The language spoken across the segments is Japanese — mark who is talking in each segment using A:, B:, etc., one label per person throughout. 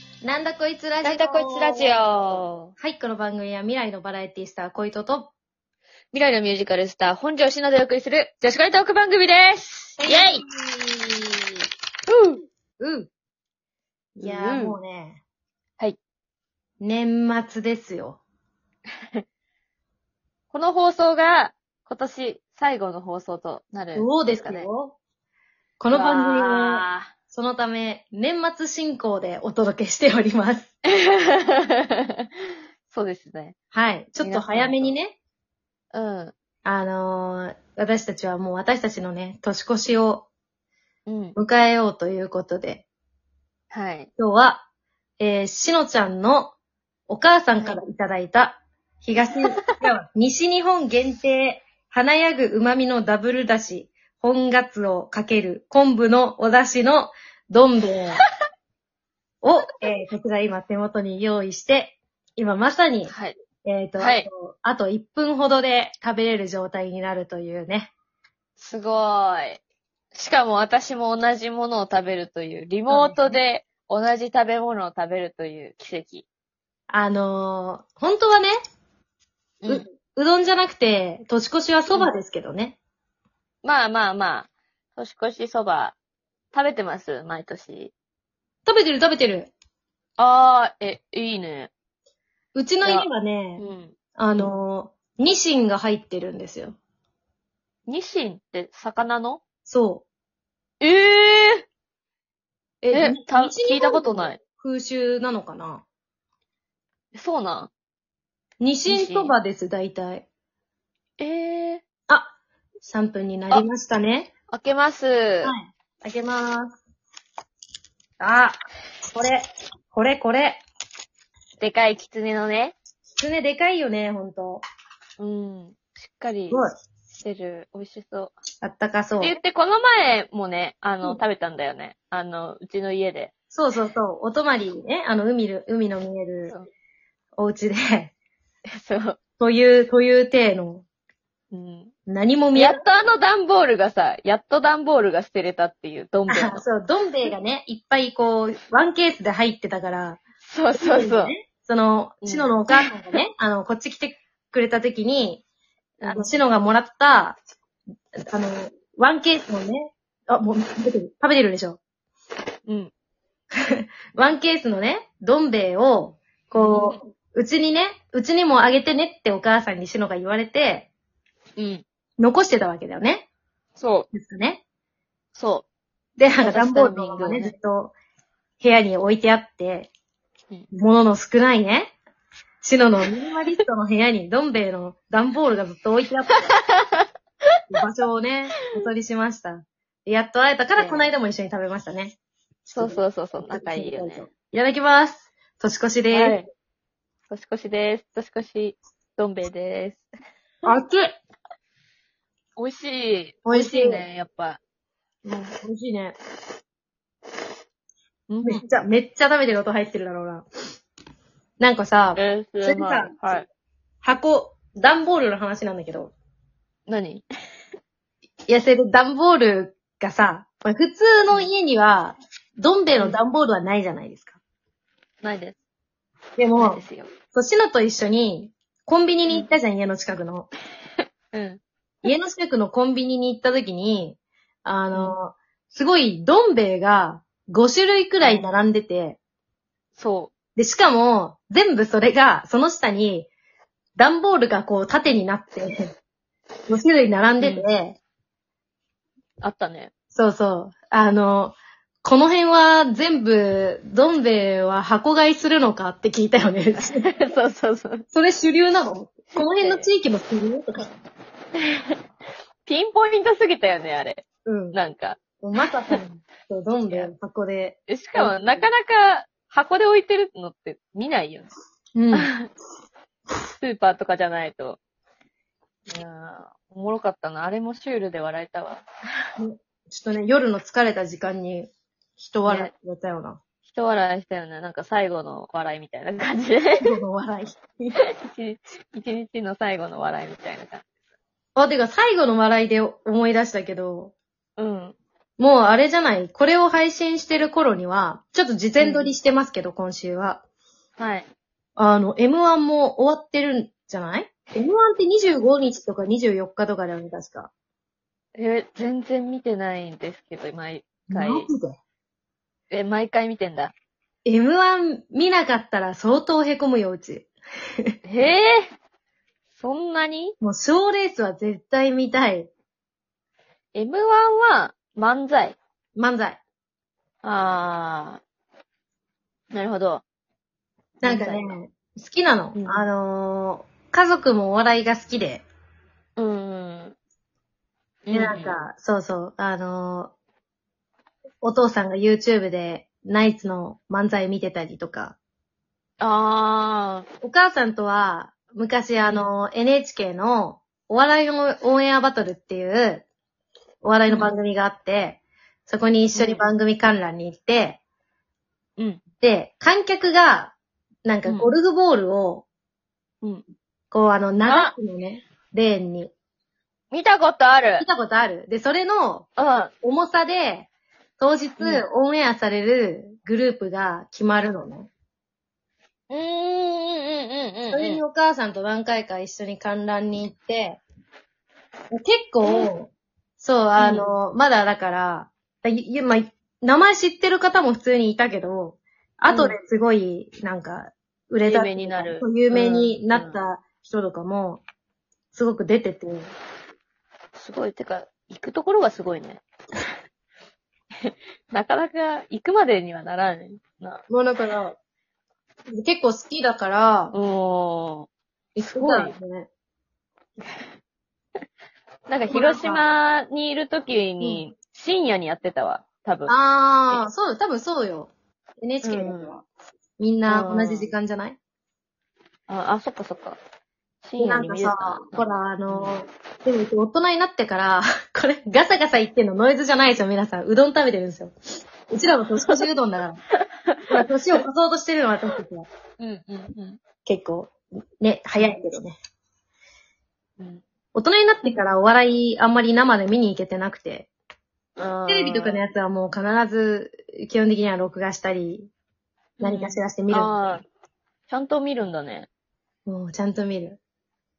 A: こいつラジオ。
B: なんだこいつラジ。オ。
A: はい、この番組は未来のバラエティスター、小糸と、
B: 未来のミュージカルスター、本庄しのでお送りする女子会トーク番組です。イェイ
A: うん。いやー、
B: うん
A: もうね。
B: はい。
A: 年末ですよ。
B: この放送が今年最後の放送となる。
A: どうですかね。この番組は、そのため、年末進行でお届けしております。
B: 組 そうですね。
A: はい。ちょっと早めにね、
B: うん。
A: あのー私たちはもう私たちのね、年越しを
B: うん。
A: 迎えようということで、
B: はい。
A: 今日は、えー、しのちゃんのお母さんからいただいた、東、い や西日本限定、華やぐ旨味のダブルだし、本ガツオかける昆布のお出汁のどん兵衛を、えー、こちら今手元に用意して、今まさに、
B: はい。
A: えっ、と、
B: はい
A: あと、あと1分ほどで食べれる状態になるというね。
B: すごーい。しかも私も同じものを食べるという、リモートで同じ食べ物を食べるという奇跡。
A: あのー本当はね、う
B: うん
A: うどんじゃなくて、年越しはそばですけどね。
B: まあまあまあ、年越しそば、食べてます毎年。
A: 食べてる食べてる。
B: ああ、え、いいね。
A: うちの
B: いや
A: 家は
B: う
A: ね、
B: ん。
A: あのー、ニシンが入ってるんですよ。
B: ニシンって魚の
A: そ
B: ええ
A: う。
B: ー、え、た、
A: 西日本。
B: 聞いたことないい。
A: 風習なのかな
B: そうな
A: ニシンそばです、大体。
B: ん。ええ
A: あ、3分になりましたね。
B: ー、開けます。
A: はい。あげまーす。あ、これ、これこれ。
B: でかい狐のね。
A: キツネでかいよね、ほんと。
B: うん。しっかり
A: すごい。
B: してる。美味しそう。
A: あったかそう
B: って。言って、この前もね、あの、
A: うん
B: 食べたんだよね。あの、うちの家で。
A: そうそうそう。お泊まりね、あの、海る、海の見える
B: そう
A: お家で、
B: そう。
A: という、という体の、
B: うん。
A: 何も見え
B: やっとあの段ボールがさ、やっと段ボールが捨てれたっていう、どんべんの
A: あ。そう、どん兵衛がね、いっぱいこう、ワンケースで入ってたから、
B: そうそうそう。
A: その、
B: うん
A: しののお母さんが ね、あの、こっち来てくれた時に、あ
B: う
A: の、
B: ん
A: しのがもらった、あの、ワンケースのね、あ、もう食べてる、食べてるでしょ。
B: うん。
A: ワンケースのね、どん兵衛を、こう、うちにね、うちにもあげてねってお母さんにしのが言われて、
B: うん。
A: 残してたわけだよね。
B: そう。
A: ですかね。
B: そ
A: で、なんか段ボール
B: 私タイミ
A: の
B: ング
A: まま
B: を
A: ね、
B: ね
A: ずっと部屋に置いてあって
B: うん、
A: 物の少ないね、シノのミニマリストの部屋にどん兵衛の段ボールがずっと置いてあった。 場所をね、お取りしました。やっと会えたから、
B: ね
A: この間も一緒に食べましたね。
B: う。そうそうそうそう。仲いいよね。。
A: いただきます。年越しで
B: は
A: ー
B: い。年越しです。年越し、どん兵衛です。
A: す。熱い
B: 美味しい。
A: 美味しい
B: ね、やっぱ。
A: うん、美味しいね。
B: うん
A: めっちゃ、めっちゃ食べてる音入ってるだろうな。なんかさ、
B: えー、
A: それ
B: す
A: で
B: ごい。
A: さ
B: はい。
A: 箱、段ボールの話なんだけど、
B: 何
A: いや、それで段ボールがさ、これ普通の家には、どん兵衛の段ボールはないじゃないですか。
B: ないです。
A: で
B: ない
A: も
B: で、すよ。
A: そう、シノと一緒に、コンビニに行ったじゃん、家の近くの。
B: うん。
A: 家の近くのコンビニに行った時に、あの、すごい、どん兵衛が5種類くらい並んでて、
B: そ
A: で、しかも、全部それが、その下に、段ボールがこう、縦になって、5種類並んでて、
B: う。あったね。
A: そうそう。あの、この辺は全部、どん兵衛は箱買いするのかって聞いたよね。
B: そうそうそう。
A: それ主流 なのこの辺の地域の主流とか。
B: ピンポイントすぎたよね、あれ。
A: うん。
B: なんか。
A: まさかの、そうどん兵衛の箱で。
B: えしかも、なかなか箱で置いてるのって見ないよね。
A: うん。
B: スーパーとかじゃないと。いやーおもろかったな。あれもシュールで笑えたわ。
A: ちょっとね、夜の疲れた時間に、人笑いやったような。
B: 人笑いしたよね。なんか最後の笑いみたいな感じで。
A: 人の笑い。
B: 一日一日の最後の笑いみたいな感
A: あ、てか最後の笑いで思い出したけど、
B: じ。うん。
A: もうあれじゃない、これを配信してる頃には、ちょっと事前撮りしてますけど、今週は。
B: はい。
A: あの、M1 も終わってるんじゃない ?M1 って25日とか24日とかだよね、確か。
B: え、全然見てないんですけど、毎回。
A: マジで
B: え、毎回見てんだ。
A: M1 見なかったら相当凹むよ、うち。
B: ええそんなに
A: もう賞レースは絶対見たい。
B: ?M1 は漫才。
A: 漫才。
B: あー。なるほど。
A: なんかね、好きなの。
B: うん
A: あのー家族もお笑いが好きで。
B: うーん。
A: で、なんか、そうそう、あのーお父さんが YouTube でナイツの漫才見てたりとか。
B: あ
A: お母さんとは、昔あのー NHK のお笑いのオンエアバトルっていう、お笑いの番組があって、そこに一緒に番組観覧に行って、
B: ー。うん。
A: で、観客が、なんか
B: うん
A: ゴルフボールを、
B: うん。
A: こうあの、長くのね、レーンに。
B: 見たことある
A: 見。たことあるで、それの
B: うん。
A: 重さで、当日
B: うん
A: オンエアされるグループが決まるのね。
B: うーん、うん、うん、うん。
A: それにお母さんと何回か一緒に観覧に行って、結構、そう、あの、まだだから、だいいまあ、名前知ってる方も普通にいたけど、後ですごい、なんか、売れたっていうか
B: 有名になる
A: そう有名になった人とかも、すごく出てて、
B: すごい。てか、行くところがすごい ね。なかなか行くまでにはならないな。
A: もうだから、結構好きだから、
B: うーん。
A: すごいね。
B: なんか広島にいるときに、深夜にやってたわ。多分。
A: ああ、そう、多分そうよ。NHK だから、
B: うん
A: みんな同じ時間じゃない
B: あ、あ、そっかそっか。深夜
A: なん
B: に
A: か
B: 見れた
A: さ
B: な。、
A: ほら、あの、でもうち大人になってから、 これガサガサ言ってんのノイズじゃないですよ、皆さん。うどん食べてるんですよ。うちらも年越しうどんだから。ほら、年を越そうとしてるの、私たちは。
B: うん、うん、
A: 結構、ね、早いけどね。
B: うん。
A: 大人になってからお笑いあんまり生で見に行けてなくて、
B: うん。
A: テレビとかのやつはもう必ず、基本的には録画したり、何かしらして見るんだけど
B: あーちゃんと見るんだね。
A: もうちゃんと見る。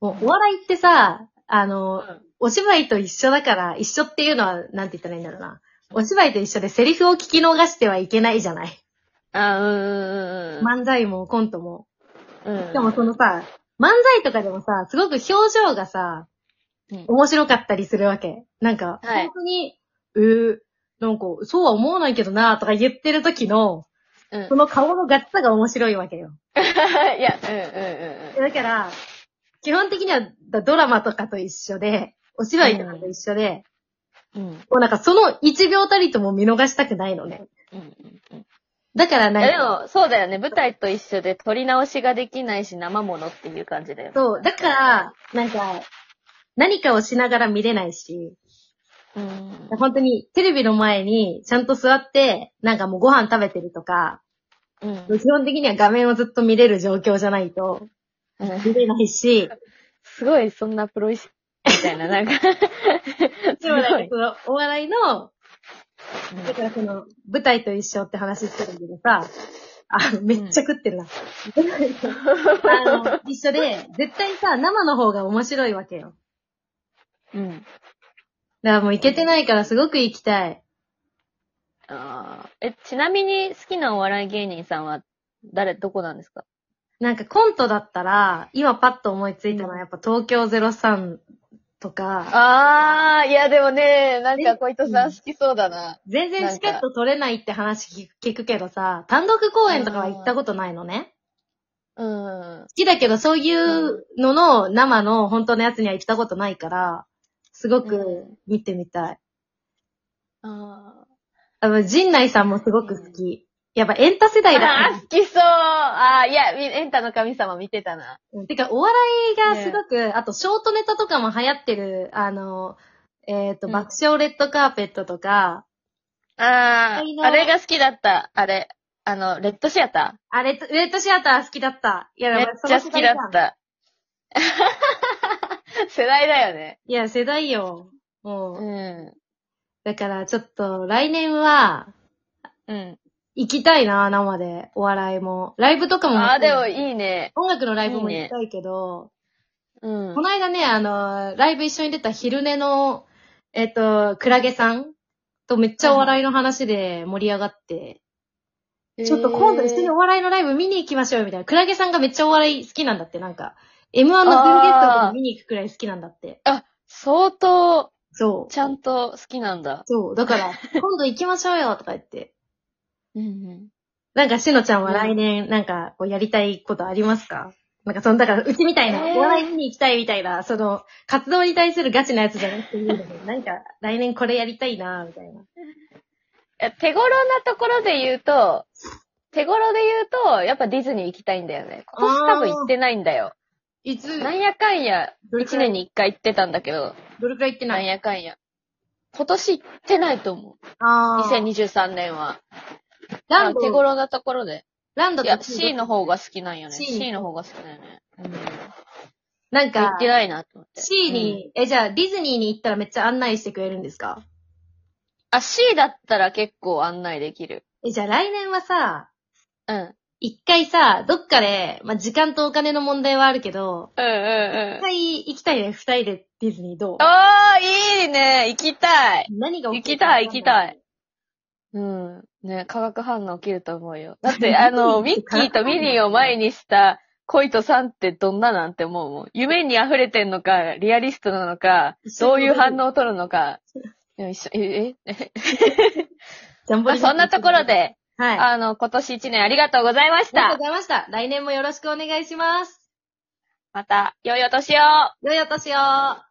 A: もうお笑いってさ、あの、お芝居と一緒だから、一緒っていうのは、なんて言ったらいいんだろうな。お芝居と一緒でセリフを聞き逃してはいけないじゃない。
B: あ、うん、うん、うん。
A: 漫才もコントも。
B: うん、
A: でもそのさ、漫才とかでもさ、すごく表情がさ、
B: うん
A: 面白かったりするわけ。なんか、
B: はい
A: 本当に、えー、なんか、そうは思わないけどな、とか言ってる時の、
B: うん
A: その顔のガッツさが面白いわけよ。
B: いや、うん、うん、うん。
A: だから、基本的にはだドラマとかと一緒で、お芝居とかと一緒で、
B: うん、
A: もうなんかその1秒たりとも見逃したくないのね。
B: うん、うん。
A: だから
B: いやで
A: なんか、
B: も、そうだよね。舞台と一緒で撮り直しができないし、生ものっていう感じだよね。
A: そう、だから、なんか、何かをしながら見れないし、
B: うん。
A: 本当にテレビの前にちゃんと座って、なんかもうご飯食べてるとか、
B: うん。
A: 基本的には画面をずっと見れる状況じゃないと、見れないし、
B: すごい、そんなプロ意識みたいな、なんか。す
A: でもなん
B: ご
A: か
B: い。
A: そのお笑いのだからその、舞台と一緒って話してるけどさ、あの、めっちゃ食ってるな。あの、一緒で、絶対さ、生の方が面白いわけよ。
B: うん。
A: だからもう行けてないからすごく行きたい。
B: あーえ、ちなみに好きなお笑い芸人さんは、誰、どこなんですか
A: なんかコントだったら、今パッと思いついたのはやっぱ東京03とか、
B: ああ、いやでもね、なん
A: か小
B: 糸
A: さん好
B: きそうだな。
A: 全然チケット取れないって話聞く聞くけどさ、単独公演とかは行ったことないのね。
B: うん。
A: 好きだけど、そういうのの生の本当のやつには行ったことないから、すごく見てみたい。
B: あ
A: あの、陣内さんもすごく好き。やっぱエンタ世代だ
B: あー、好きそう。ああ、いや、みエンタの神様見てたな。
A: ね。てか、お笑いがすごく、あと、ショートネタとかも流行ってる、あの、えっ、と、
B: うん
A: 爆笑レッドカーペットとか、
B: あ
A: いい
B: あ、
A: な
B: あれが好きだった。あれ。あの、レッドシアタ
A: あれ、レッドシアター好きだった。いや、
B: ー。めっちゃ
A: そ
B: 好
A: の世
B: き
A: 代
B: だ
A: じゃん
B: っ。た。 世代だよね。
A: いや、世代よ。もう。
B: うん。
A: だから、ちょっと、来年は、
B: うん。
A: 行きたいな、生で。お笑いも。ライブとかも。
B: ああ、でもいいね。
A: 音楽のライブも行きたいけど、
B: うん
A: こ。の間ね、あの、ライブ一緒に出た昼寝の、えっと、クラゲさんとめっちゃお笑いの話で盛り上がって、ちょっと今度一緒にお笑いのライブ見に行きましょうよみたいな。クラゲさんがめっちゃお笑い好きなんだって、なんか。M1 の準決勝とか見に行くくらい好きなんだって。
B: 相当、
A: そう。
B: ちゃんと好きなんだ。
A: そう。だ から、今度行きましょうよとか言って。
B: うんうん。
A: なんか、しのちゃんは来年、なんか、こう、やりたいことありますかなんか、その、だから、うちみたいな、
B: えー
A: お笑い見に行きたいみたいな、その、活動に対するガチなやつじゃなくていいので、なんか、来年これやりたいなみたいな。
B: いや手頃なところで言うと、手頃で言うと、やっぱディズニー行きたいんだよね。今年多分行ってないんだよ。
A: いつ
B: なんやかんや、1年に1回行ってたんだけど、
A: どれくらい行って
B: な
A: なんい
B: やかんや。今年行ってないと思う。
A: あー。
B: 2023年は。
A: ラン
B: 手
A: ド、
B: 頃なところで。
A: ランド
B: い
A: と
B: や、
A: 中国
B: C の方が好きなんよね。
A: C
B: C の方が好きなんよね。うん。
A: なん
B: 行
A: か
B: っ、てないなと思って。
A: C
B: うん。
A: に、え、じゃあ、ディズニーに行ったらめっちゃ案内してくれるんですか
B: あ、C だったら結構案内できる。
A: え、じゃあ、来年はさ、
B: うん。うん
A: 一回さ、どっかで、まあ、時間とお金の問題はあるけど、
B: うん
A: 一
B: うん。
A: 回行きたいね、二人でディズニーどう
B: おー、いいね行きたい
A: 何が
B: 行
A: 起き
B: き
A: るか
B: たい
A: 分
B: 行
A: かん
B: き
A: な
B: た
A: い
B: い。。うん。ね、化学反応起きると思う よ。だって、あの、ミッキーとミニーを前にした恋とさんってどんななんて思うもん。夢に溢れてんのか、リアリストなのか、どういう反応を取るのか。いや一緒え、え、え、
A: ジャンボ
B: まあ、
A: リ
B: そんなところ。で、
A: はい。あ
B: あの、今年一年ありがとうございまし
A: りがとう
B: た
A: ご。ざいました。来年もよろしくお願いします。
B: また、良いお年を
A: 良いお年を。